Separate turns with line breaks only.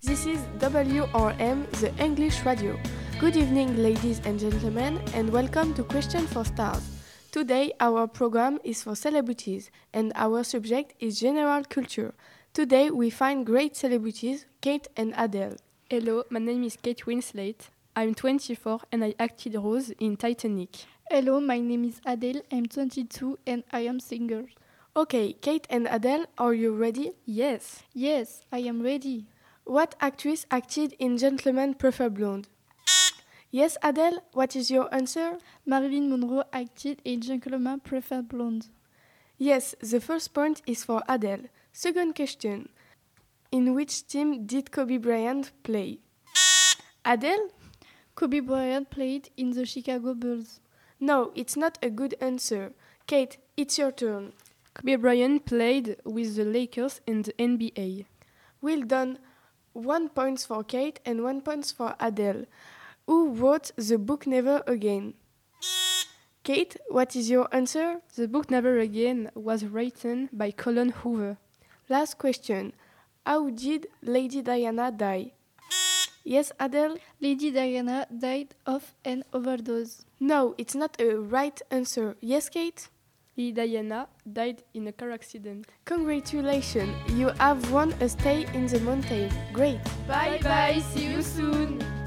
This is WRM, the English radio. Good evening, ladies and gentlemen, and welcome to Question for Stars. Today, our program is for celebrities, and our subject is general culture. Today, we find great celebrities, Kate and Adele.
Hello, my name is Kate Winslet. I'm 24 and I acted Rose in Titanic.
Hello, my name is Adele. I'm 22 and I am singer.
Okay, Kate and Adele, are you ready?
Yes.
Yes, I am ready.
What actress acted in Gentlemen Prefer Blonde? Yes, Adele, what is your answer?
Marilyn Monroe acted in Gentleman Prefer Blonde.
Yes, the first point is for Adele. Second question In which team did Kobe Bryant play? Adele?
Kobe Bryant played in the Chicago Bulls.
No, it's not a good answer. Kate, it's your turn.
Kobe Bryant played with the Lakers in the NBA.
Well done. One point for Kate and one point for Adele. Who wrote the book Never Again? Kate, what is your answer?
The book Never Again was written by Colin Hoover.
Last question. How did Lady Diana die? Yes, Adele?
Lady Diana died of an overdose.
No, it's not a right answer. Yes, Kate?
Lady Diana died in a car accident.
Congratulations, you have won a stay in the mountain. Great!
Bye bye, see you soon.